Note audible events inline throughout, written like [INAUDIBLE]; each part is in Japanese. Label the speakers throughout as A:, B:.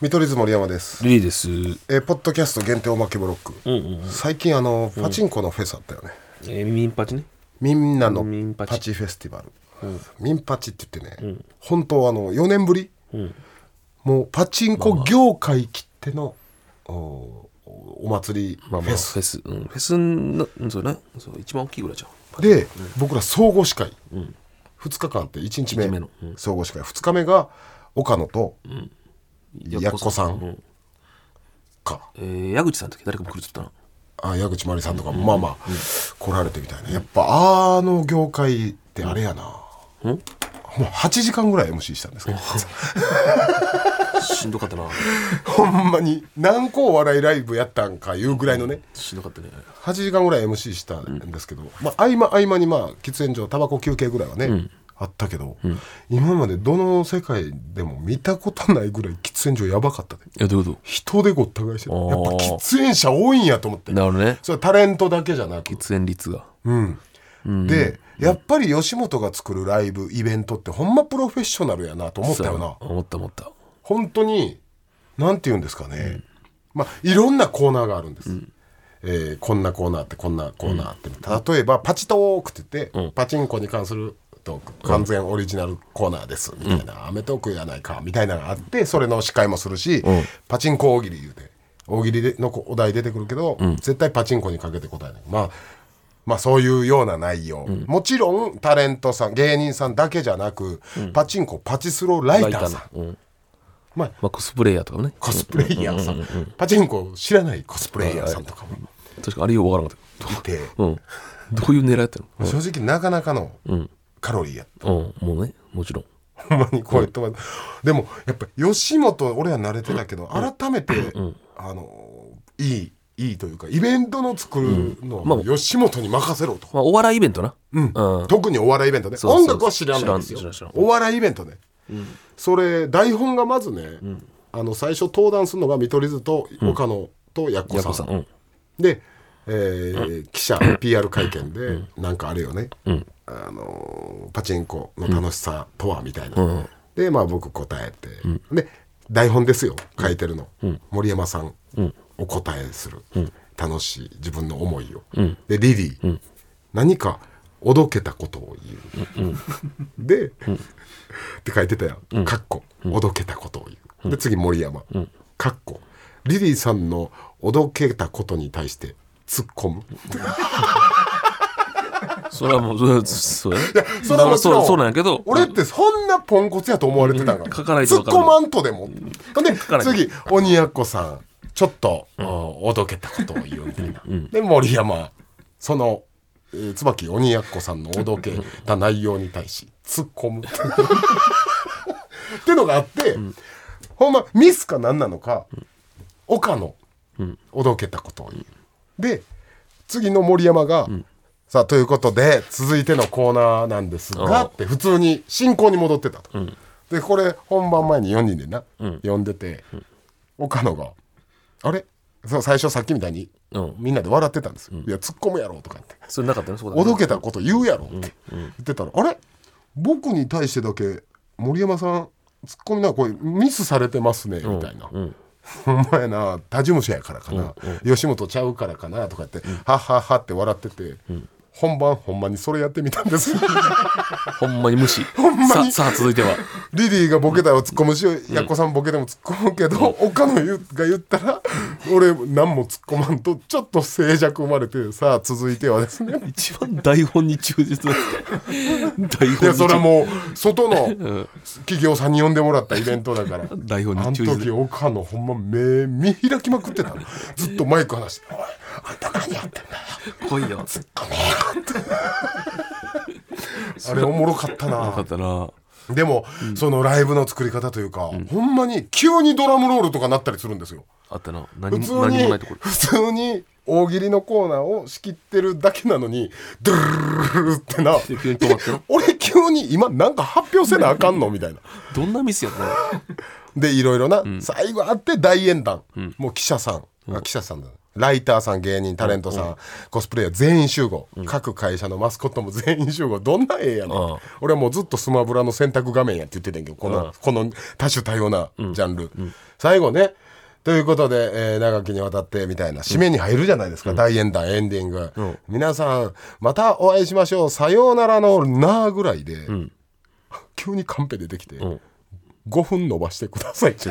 A: 見取り図森山です
B: リリーです。
A: えーポッドキャスト限定おまけブロック、
B: うんうん。
A: 最近あのパチンコのフェスあったよね、
B: えー、ミンパチね。
A: みんなの
B: ミンパチ
A: パチフェスティバルミンパチって言ってね、本当あの4年ぶり、
B: ん
A: もうパチンコ業界きっての、おお祭りフ
B: まあま
A: ェ
B: あ、フ
A: ス
B: ェス。うん、フェスな、うんそうね。そう、一番大きいぐらいじゃん。
A: で、僕ら総合司会、2日間あって1日目
B: 一日目のう
A: 総合司会2日目が岡野とや
B: や
A: っこさん
B: うん
A: か、
B: えー、矢口さんだっけ誰かも来るって言っ
A: あ矢口真理さんとかもまあまあ来られてみたいなやっぱあの業界ってあれやな、
B: たな。うん
A: もう8時間ぐらい MC したんですけど
B: しんどかったな。
A: ほんまに何個お笑いライブやったんかいうぐらいのね
B: しんどかったね。
A: 8時間ぐらい MC したんですけど、まあ、合間合間にまあ喫煙所タバコ休憩ぐらいはね、あったけど、今までどの世界でも見たことないぐらい喫煙所やばかったで
B: いや、どういうこ
A: 人でごった返してるやっ
B: お
A: ぱ
B: ー
A: 喫煙者多いんやと思って
B: となるほどね。
A: それはタレントだけじゃなく
B: 喫煙率が。
A: うん、でやっぱり吉本が作るライブイベントってほんまプロフェッショナルやなと思ったよな
B: 思った思った。
A: 本当に何て言うんですかね、まあいろんなコーナーがあるんです、えーこんなコーナーってこんなコーナーって、例えばパチトークって言って、パチンコに関するトーク完全オリジナルコーナーですみたいな、アメトークやないかみたいなのがあってそれの司会もするし、パチンコ大喜利言うて大喜利でのお題出てくるけど、絶対パチンコにかけて答えないまあまあそういうような内容、もちろんタレントさん芸人さんだけじゃなく、パチンコパチスロライターさん、
B: の。うん。
A: まあ、
B: まあ、コスプレイヤーとかね。
A: コスプレイヤーさん、パチンコを知らないコスプレイヤーさんとかも
B: 確かあれよ、わからなかった。
A: いて、
B: うん。 [LAUGHS] どういう狙いやったの
A: 正直なかなかのカロリーやった
B: うん、もうね、もちろん。
A: ほんまにこうやってまで、でもやっぱ吉本俺は慣れてたけど改めて、あのいいいいというかイベントの作るのはもう吉本に任せろと、
B: まあ、お笑いイベントな。うん。
A: 特にお笑いイベントね
B: そうそう
A: 音楽は知らないんですよ
B: 知らん知らん知ら
A: お笑いイベントね、それ台本がまずね、あの最初登壇するのが見取り図と岡野とやっこ
B: やっ
A: さん
B: こさん。うん。
A: で、えー記者 PR 会見で、なんかあれよね、あのーパチンコの楽しさとはみたいな、でまあ僕答えて、で台本ですよ書いてるの、森山さん、お答えする、楽しい自分の思いを、でリリー、何かおどけたことを言う、で、って書いてたやん。かっこ、おどけたことを言う。で、次、森山。かっこ、リリーさんのおどけたことに対して突っ込む。
B: それはもう、それは、そうやね。
A: それはもちろん
B: まあそうそうなんやけど。
A: 俺ってそんなポンコツやと思われてたから。
B: 書かないと
A: 突
B: わ
A: っ
B: からな
A: 込
B: い
A: まんとでも。ほんで
B: か、ないと
A: 次、鬼奴さん。ちょっと、おおどけたことを言うみたいな。で、森山。その、えー椿鬼奴さんのおどけた内容に対し、突っ込む。ってのがあって、ほんまミスか何なのか、岡野、おどけたことを言う、で次の森山が、さあということで続いてのコーナーなんですがって普通に進行に戻ってたと、でこれ本番前に4人でな、呼んでて、岡野が「あれそう最初さっきみたいに、
B: うん
A: みんなで笑ってたんですよ、いや突っ込むやろ」とか言って
B: それなかったね、そこだね
A: おどけたこと言うやろって言ってたら、あれ僕に対してだけ森山さんツッコミなこれミスされてますねみたいな。お前な他事務所やからかな、吉本ちゃうからかなとか言って、はっはっはって笑ってて、本番ほんまにそれやってみたんです
B: ほんまに無視。
A: んまに
B: ささあ、続いては。
A: リリーがボケたら突っ込むし、やっこさんボケでも突っ込むけど、岡野言うが言ったら俺何も突っ込まんとちょっと静寂生まれてさあ続いてはですね
B: 一番台本に忠実だった。台
A: い
B: 本
A: や
B: に忠
A: それはもう外
B: ん
A: の企業さんに呼んでもらったイベントだから
B: 台本
A: あ
B: に
A: の
B: 忠
A: 時
B: 実。
A: 岡野ほんま目見開きまくってたのずっとマイク離して「おいあんた何やってんだよ
B: 来いよ。
A: ごめん」ってあれおもろかった
B: なかっ
A: な
B: たな。
A: でも、そのライブの作り方というか、ほんまに急にドラムロールとかなったりするんですよ
B: あったな。何
A: 普
B: も
A: 通
B: 何も
A: に
B: ないところ。
A: 普通に大喜利のコーナーを仕切ってるだけなのにドゥルルルルルってな
B: で急に止まってな
A: 俺急に今なんか発表せなあかんのみたいな
B: どんなミスやったの
A: でいろいろな、最後あって大演談、もう記者さん、あ記者さんだ、ライターさん芸人タレントさん、コスプレイヤー全員集合、各会社のマスコットも全員集合どんな絵やねん、
B: うん
A: 俺はもうずっとスマブラの選択画面やって言ってたんやけどこの,、この多種多様なジャンル、最後ねということで、えー長きにわたってみたいな締めに入るじゃないですか、大演談エンディング、皆さんまたお会いしましょうさようならのなーぐらいで、 [LAUGHS] 急にカンペ出てきて、5分伸ばしてくださいって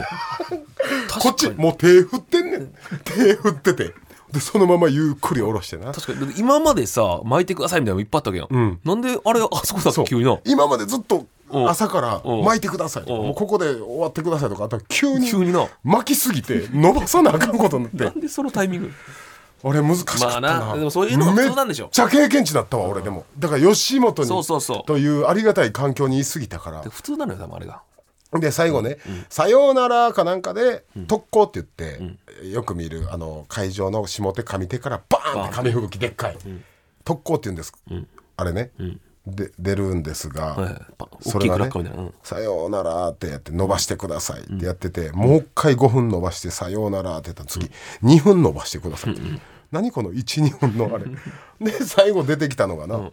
A: こっちもう手振ってんねん手振っててでそのままゆっくり下ろしてな
B: 確かにだって今までさ巻いてくださいみたいなのいっぱいあったわけやん、なんであれあそこだ
A: そ
B: け
A: う
B: 急にな
A: 今までずっと
B: うん
A: 朝から
B: うん
A: 巻いてくださいとか
B: うん
A: もうここで終わってくださいとかあったら急に
B: 急にな
A: 巻きすぎて伸ばさなあかんことにな
B: な
A: って
B: [LAUGHS] んでそのタイミング
A: 俺難しかった
B: まあ
A: な
B: なでもそういうのが
A: め
B: 普
A: っ
B: 通なんでしょ
A: ちゃ経験値だったわ俺でもだから吉本に
B: そうそうそう
A: というありがたい環境にいすぎたから
B: で普通なのよ多分あれが
A: で最後ね「さようなら」かなんかで「特攻」って言ってよく見るあの会場の下手上手からバーンって紙吹雪でっかい特攻って言うんですあれねで出るんです
B: はい
A: が
B: パ
A: それが
B: 大
A: ね
B: きいクラッカーみたいなうん
A: 「さようなら」ってやって伸ばしてくださいってやっててもう一回5分伸ばして「さようなら」って言ったら次2分伸ばしてくださいって何この12分のあ
B: [LAUGHS]
A: れで最後出てきたのがな
B: うん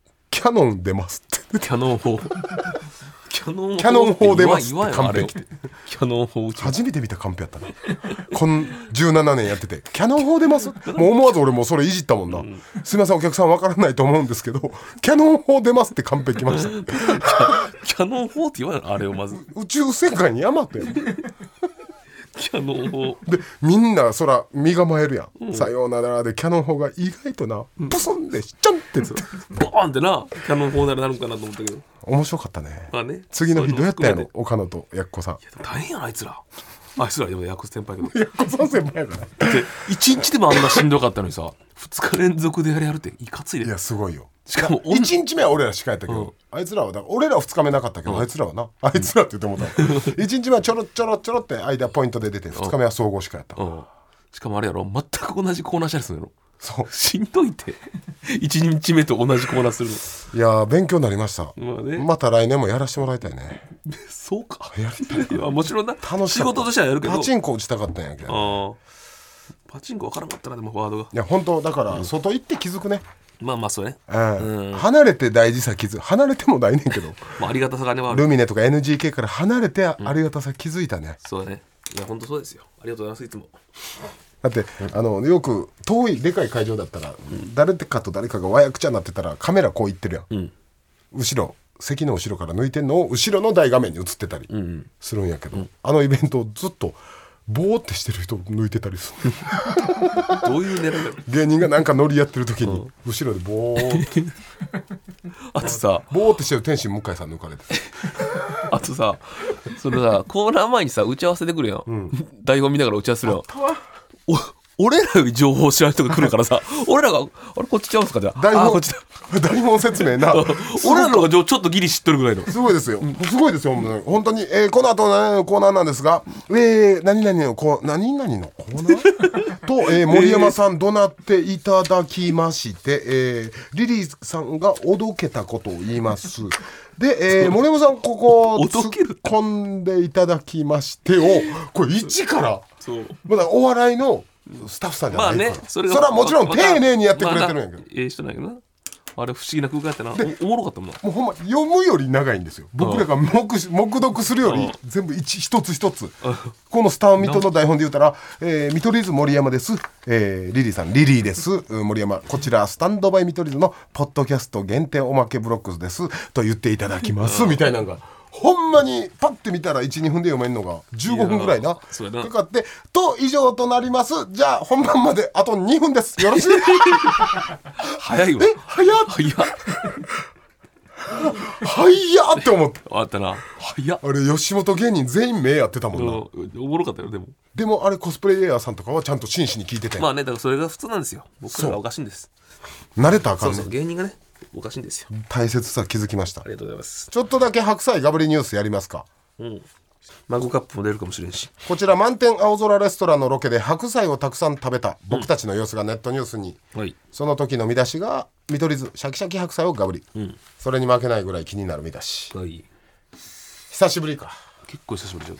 A: 「キャノン出ます」って
B: キャノン砲キャノン砲
A: キャノン砲出ますって
B: 言わん言わんよ
A: カンペ来て
B: あれをキャノン砲撃ち
A: 初めて見たカンペやったなこん17年やってて「キャノン砲出ます?」もう思わず俺もそれいじったもんな、すいませんお客さんわからないと思うんですけど「キャノン砲出ます」ってカンペ来ました [LAUGHS]
B: キャノン砲って言わないあれをまず
A: 宇宙戦艦にヤマトやんで
B: キャノン砲
A: みんなそら身構えるやん「さようなら」でキャノン砲が意外となプスンでしちゃんってつって
B: バーンってなキャノン砲ならなるんかなと思ったけど
A: 面白かったね
B: まあね
A: 次の日どうやったんや
B: そういう
A: ろ岡野とやっこさん
B: 大変やなあいつらあいつらでもヤクス先輩やけど
A: やっこさん先輩やから
B: で一日でもあんなしんどかったのにさ2日連続でやりやるっていかつい
A: い
B: で
A: やすごいよ
B: しかも女
A: 1日目は俺らしかやったけど、あいつらはだから俺ら2日目なかったけど、あいつらはなあいつらって言ってもた1
B: [LAUGHS]
A: 日目はちょろちょろちょろって間ポイントで出て2日目は総合しかやった、
B: うんしかもあれやろ全く同じコーナーしたりするのやろ
A: そ
B: しんどいって1日目と同じコーナーするの
A: ういやー勉強になりました、
B: まあね
A: また来年もやらしてもらいたいね
B: そうか [LAUGHS] いやもちろんな
A: 楽しかった
B: 仕事としてはやるけど
A: パチンコ打ちたかったんやけど、い
B: あーパチンコ分からんかったなでもワードが
A: や本当だから外行って気づくね、
B: まあまあそうね、
A: うん離れて大事さ気づ離れてもないねんけど
B: まあ、ありがたさがねある
A: ルミネとか NGK から離れてありがたさ気づいたね、
B: そうだねいや本当そうですよありがとうございますいつも
A: だってあのよく遠いでかい会場だったら、誰かと誰かがわやくちゃになってたらカメラこういってるやん、後ろ席の後ろから抜いてんのを後ろの大画面に映ってたりするんやけど、あのイベントをずっとボーってしてる人を抜いてたりする
B: どういう狙いだろう
A: 芸人がなんか乗りやってる時に後ろでボーって
B: あとさ
A: ボーってしてる天心向井さん抜かれてた
B: あとさそのさコーナー前にさ打ち合わせでくるやん、台本見ながら打ち合わせするやんお俺らより情報知らん人が来るか
A: [LAUGHS]
B: らさ俺らが「あれこっちちゃうんすか?」じゃあ
A: 台
B: あーこ
A: 本
B: っちだ
A: 台本説明
B: [LAUGHS]
A: な
B: 俺らの方がちょちょっとギリ知っとるぐらいの
A: すごいですよ。すごいですよ。もう本当に、えーこの後何々のコーナーなんですが、えー、何々のコー、何々のコーナーと、
B: [LAUGHS]
A: えー森山さん怒鳴っていただきまして、えーリリーさんがおどけたことを言います。で、えー森山さん、ここ、
B: おどける
A: 突っ込んでいただきましてを、これ一から、
B: そう
A: まだお笑いのスタッフさんじ
B: ま
A: ゃ
B: あ
A: ない
B: ね
A: から。
B: そ
A: そ
B: れ
A: れ
B: が
A: はもちろん丁寧にやってくれてるんやけど
B: まあ。ええ人なんやけどなあれ不思議な空間やったなおおもろかったもんな
A: もうほんま読むより長いんですよ僕らが目し目読するより全部一一つ一つこのスターミトの台本で言うたら「えー見取り図森山です」えーリリーさんリリーです」うん森山こちらスタンドバイ見取り図のポッドキャスト限定おまけブロックスです」と言っていただきますみたいなのが。ほんまにパッて見たら12分で読めんのが15分ぐらい
B: い
A: な
B: やそうやな
A: かかって「と以上となりますじゃあ本番まであと2分ですよろし
B: [LAUGHS]
A: い
B: 早いわ
A: え早っ
B: 早っ
A: 早っ!」って思って
B: あったな早っ
A: あれ吉本芸人全員目やってたもんな
B: うんおもろかったよでも
A: でもあれコスプレイヤーさんとかはちゃんと真摯に聞いてて、
B: まあねだからそれが普通なんですよ僕らがおかしいんです
A: 慣れたらあか
B: そ
A: ん
B: う
A: ね
B: そう芸人がねおかしいんですよ
A: 大切さ気づきました
B: ありがとうございます
A: ちょっとだけ白菜ガブリニュースやりますか
B: マグカップも出るかもしれんし
A: こちら満天青空レストランのロケで白菜をたくさん食べた僕たちの様子がネットニュースに、
B: はい
A: その時の見出しが見取り図シャキシャキ白菜をガブリ、それに負けないぐらい気になる見出し
B: はい
A: 久しぶりか
B: 結構久しぶりじゃん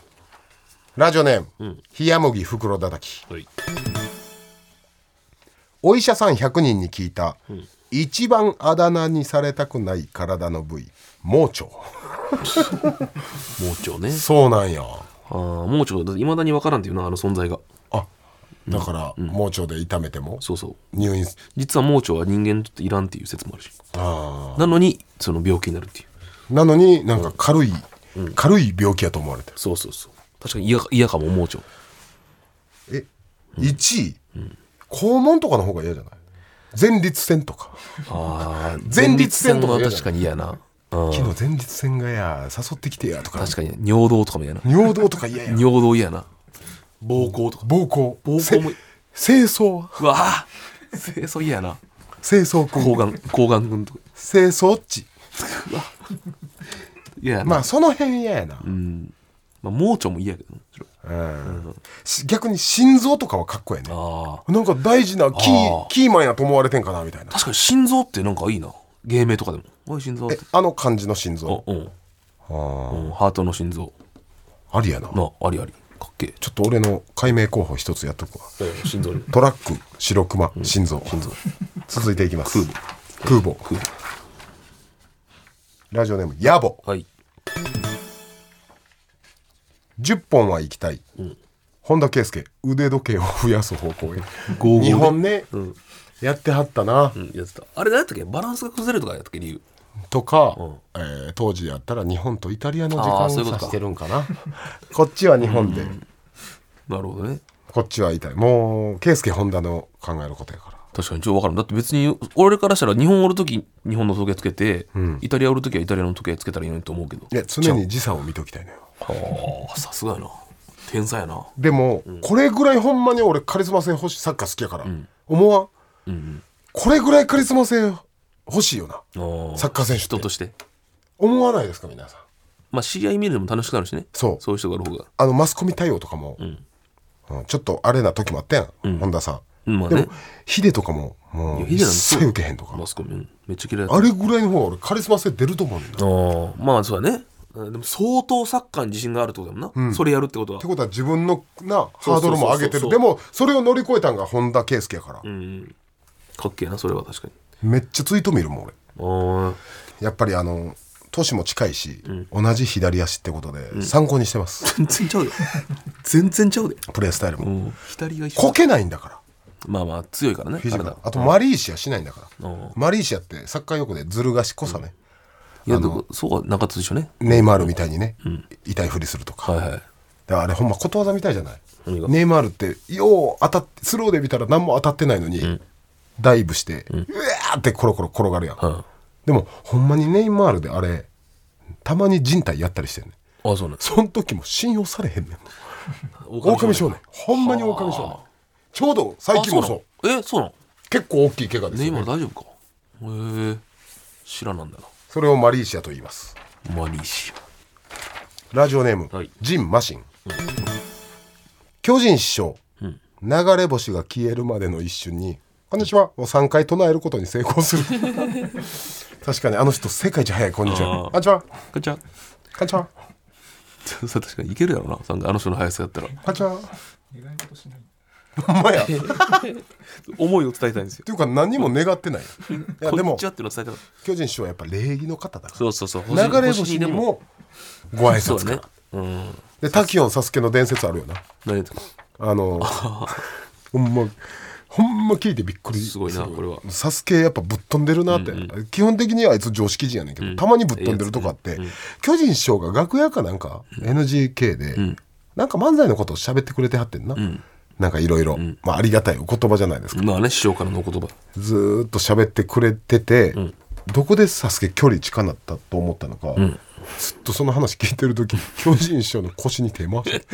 A: ラジオネーム、冷麦袋叩き
B: はい
A: お医者さん100人に聞いた、一番あだ名にされたくない体の部位盲腸
B: 盲腸ね
A: そうなんや
B: ああ盲腸いまだに分からんっていうなあの存在が
A: あだから、盲腸で痛めても
B: そうそう
A: 入院す
B: 実は盲腸は人間にとっていらんっていう説もあるし
A: あ
B: なのにその病気になるっていう
A: ーなのになんか軽い、軽い病気やと思われてる
B: そうそうそう確かに嫌か嫌かも盲腸
A: え、1位、肛門とかの方が嫌じゃない前立腺とか
B: あー
A: 前立腺とか嫌
B: 前
A: だ
B: 立は確かに嫌やなうん
A: 昨日前立腺がや誘ってきてやとか
B: 確かに尿道とかも嫌やな
A: 尿道とか嫌や
B: 尿道嫌やな膀胱とか
A: 膀胱
B: 膀胱も
A: せ清掃は
B: うわあ [LAUGHS] 清掃嫌やな
A: 清掃くん
B: 睾丸睾丸くんとか
A: 清掃っち
B: 嫌やな
A: まあその辺嫌やな、
B: うんまあ盲腸も嫌やけどなもちろん
A: うんし逆に心臓とかはかっこええね
B: ああ
A: なんか大事なキ
B: あ
A: ー
B: ー
A: キーマンやと思われてんかなみたいな
B: 確かに心臓ってなんかいいな芸名とかでもおい心臓っ
A: え
B: て
A: あの感じの心
B: あ
A: 臓
B: うん
A: あー
B: うんハートの心臓
A: ありやなちょ
B: なありありかっけえ
A: っと俺の解明候補一つやっとくわ
B: 心臓に
A: トラック白クマ心臓続いていきます空母空母ラジオネーム野暮
B: [LAUGHS] はい
A: 10本は行きたい、本田圭佑腕時計を増やす方向へ
B: ゴーゴーで
A: 日本ね、
B: ん
A: やってはったな、
B: うんやってたあれ何やったっけバランスが崩れるとかやったっけ理由
A: とか、えー当時やったら日本とイタリアの時間
B: あ
A: を
B: ーそう
A: 指
B: いうことか
A: してるんかな [LAUGHS] こっちは日本で、
B: なるほどね
A: こっちはイタリアもう圭佑本田の考えることやから
B: 確かにちょっと分からんだって別に俺からしたら日本おる時日本の時計つけて、イタリアおる時はイタリアの時計つけたらいいのにと思うけど
A: いや常に時差を見ときたいのよ
B: ああさすがやな天才やな
A: でも、これぐらいほんまに俺カリスマ性欲しいサッカー好きやから、思わん、これぐらいカリスマ性欲しいよなサッカー選手って
B: 人として
A: 思わないですか皆さん
B: まあ知り合い見るのも楽しくなるしね
A: そう
B: そういう人がいる方が
A: あのマスコミ対応とかも、うんちょっとあれな時もあったやん、本田さん、
B: うんまあね
A: でもヒデとかもも
B: いうやヒデ
A: 一
B: なん
A: 切
B: て
A: 受けへんとか
B: マスコミうんめっちゃ嫌いだっ
A: あ
B: た
A: れぐらいの方が俺カリスマ性出ると思うねんだっ
B: ああまあそうだねうんでも相当サッカーに自信があるってことだもんな、それやるってことは
A: てことは自分のなハードルも上げて
B: そうそうそうそ
A: る
B: う
A: でもそれを乗り越えたんが本田圭佑やから、
B: うんかっけえなそれは確かに
A: めっちゃツイート見るもん俺
B: あ
A: やっぱりあの年も近いし、同じ左足ってことで参考にしてます、
B: 全然ち [LAUGHS] ゃうよ全然ちゃうで
A: プレースタイル
B: う
A: も
B: ん左が一緒
A: こけないんだから
B: まあまあ強いからね
A: フィジカル
B: 体
A: あとマリーシアしないんだから、
B: うん
A: マリーシアってサッカー用語でずる賢さね、
B: いやでもそうは中津でしょね
A: ネイマールみたいにね、痛いふりするとか、
B: はいは
A: だ
B: い
A: からあれほんまことわざみたいじゃない
B: 何が
A: ネイマールってよう当たってスローで見たら何も当たってないのに、ダイブして、うわーってコロコロ転がるやん、
B: うん
A: でもほんまにネイマールであれたまに人体やったりしてんねん
B: あそうなん
A: その時も信用されへんねん
B: 狼
A: 狼少年ほんまに狼少年
B: は
A: ちょうど最近もそう
B: あそうなんえそうなの
A: 結構大きい怪我です
B: ネイ
A: よ、
B: マー
A: ね
B: ル、大丈夫かへえ知らなんだ
A: それをマリーシアと言います
B: なマリーシ
A: ラジオネーム、
B: はい
A: ジン・マシン、巨人師匠、流れ星が消えるまでの一瞬に「こんにちは」を3回唱えることに成功
B: [LAUGHS]
A: する確かにあの人世界一早い「こんにちは」「こんにちは」
B: アガチャ
A: 「こ
B: [LAUGHS]
A: んにちは」
B: さ確かにいけるやろななんかあの人の速さやったら
A: 「こんにちは」ほんまや。ってい
B: 思いを伝えたいんですよ
A: うか何も願ってない。いやで
B: こっ
A: も
B: ちはっていうのは伝えたかった
A: 巨人師匠はやっぱ礼儀の方だか
B: そうそうそう
A: ら流れ星にもご挨
B: そう
A: 拶か
B: だね
A: ら。
B: うん
A: で滝音サスケの伝説あるよな。
B: 何やった
A: あのほんまほんま聞いてびっくり
B: すごいなこれは
A: サスケやっぱぶっ飛んでるなって、基本的にはあいつ常識人やねんけど、たまにぶっ飛んでるとこあって、巨人師匠が楽屋かなんか NGK で、なんか漫才のことを喋ってくれてはってんな、なんかいろいろまあありがたいお言葉じゃないですか、
B: まあね師匠からのお言葉
A: ずーっと喋ってくれてて、どこでサスケ距離近なったと思ったのか、ずっとその話聞いてる時巨人師匠の腰に手回して [LAUGHS]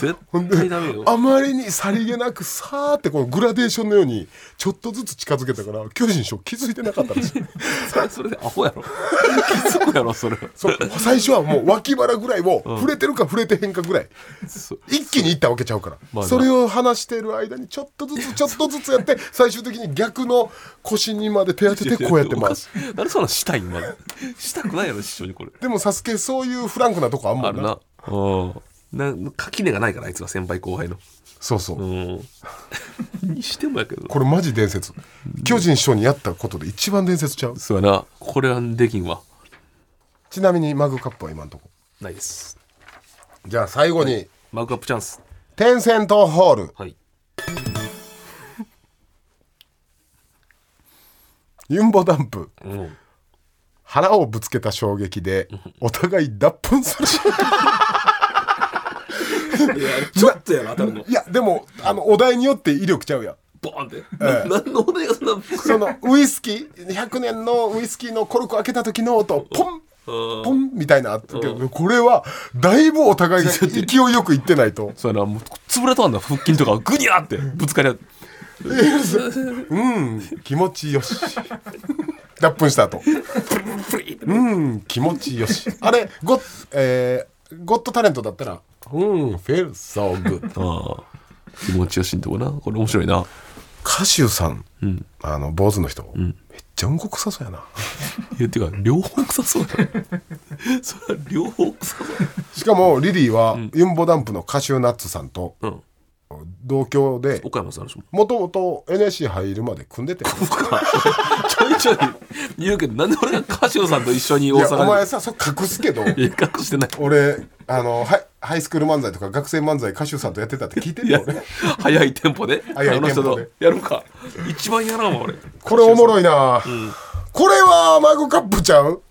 B: 絶対ダメよ
A: あまりにさりげなくさーってこのグラデーションのようにちょっとずつ近づけたから巨人師匠気づいてなかったんですよ
B: それそれでアホやろ気づくやろそれ
A: そう最初はもう脇腹ぐらいを触れてるか触れてへんかぐらい
B: そう
A: 一気にいったわけちゃうから、
B: まあな
A: それを話してる間にちょっとずつちょっとずつやって最終的に逆の腰にまで手当ててこうやって
B: おか
A: 回
B: し [LAUGHS]
A: す
B: いなんでそんなんしたいんまずしたくないやろ師匠にこれ
A: でもサスケそういうフランクなとこあん
B: あ
A: もん
B: る
A: な
B: なうんな垣根がないからあいつは先輩後輩の
A: そうそう、
B: うんにしてもやけどな
A: これマジ伝説巨人師匠にやったことで一番伝説ちゃう
B: そうやなこれはできんわ
A: ちなみにマグカップは今んとこ
B: ないです
A: じゃあ最後に、
B: マークアップチャンス
A: テンセントホール
B: はい
A: ユンボダンプ
B: うん
A: 腹をぶつけた衝撃でお互い脱粉する
B: いや [LAUGHS] ちょっとやな当たるの
A: いやでもあのお題によって威力ちゃうやん
B: ボーンってな何のお題がそんな
A: そ [LAUGHS] のウイスキー100年のウイスキーのコルク開けた時の音ポンポンみたいなのあったけどこれはだいぶお [LAUGHS] 互いが勢いよくいってないと
B: そうやなもう潰れたんだ腹筋とかグニャーってぶつかり合って
A: うん気持ちよし脱粉した後
B: プリーって
A: うん気持ちよしあれゴッ,、えーゴッドタレントだったらうんフェルソーグッド
B: ああ気持ちよしんとこなこれ面白いな
A: 歌手さん、あの坊主の人、めっちゃうんこ臭そうやな
B: いやてか両方臭 [LAUGHS] そうやなそれは両方臭そうや
A: しかもリリーは、ユンボダンプのカシューナッツさんと
B: なうん
A: 同郷で
B: 岡山さんでしょ
A: もともと NSC 入るまで組んでて
B: ちょいちょい言うけどなんで俺がカシオさんと一緒に
A: い
B: 大
A: やお
B: 阪
A: 前さそれ隠すけど
B: に [LAUGHS] いや隠してない
A: 俺あのハイハイスクール漫才とか学生漫才歌手さんとやってたって聞いて
B: い
A: る
B: や
A: よ俺
B: 早いテンポであ
A: 早い
B: の
A: テンポ
B: 人
A: で
B: とやるか一番やらんわ俺
A: これおもろいな、これはマグカップちゃう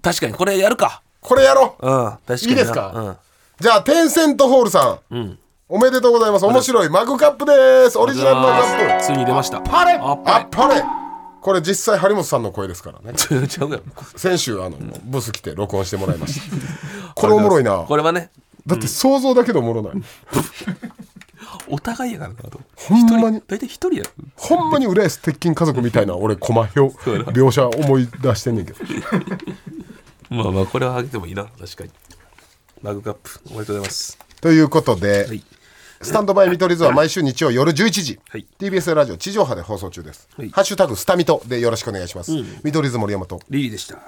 B: 確かにこれやるか
A: これやろ
B: うん確かにない
A: いですかじゃあテンセントホールさん、おめでとうございます面白いマグカップですオリジナルマグカップ
B: ついに出ました
A: パレ
B: あっぱ
A: あっぱれこれ実際張本さんの声ですからね
B: れちゃうやろ
A: 先週あのブス来て録音してもらいま
B: [LAUGHS]
A: したこれおもろいな
B: これはね
A: だって想像だけでおもろない
B: お互いやからなと
A: ほんまに
B: 大体一人や
A: ほんまに浦安鉄筋家族みたい
B: [LAUGHS]
A: な俺駒表描写思い出してんねんけど
B: まあまあこれはあげてもいいな確かにマグカップおめでとうございます
A: ということで、
B: はい
A: スタンドバイ見取り図は毎週日曜夜11時、
B: はい
A: TBS ラジオ地上波で放送中です、
B: はい
A: ハッシュタグスタミトでよろしくお願いします、見取り図森山と
B: リリーでした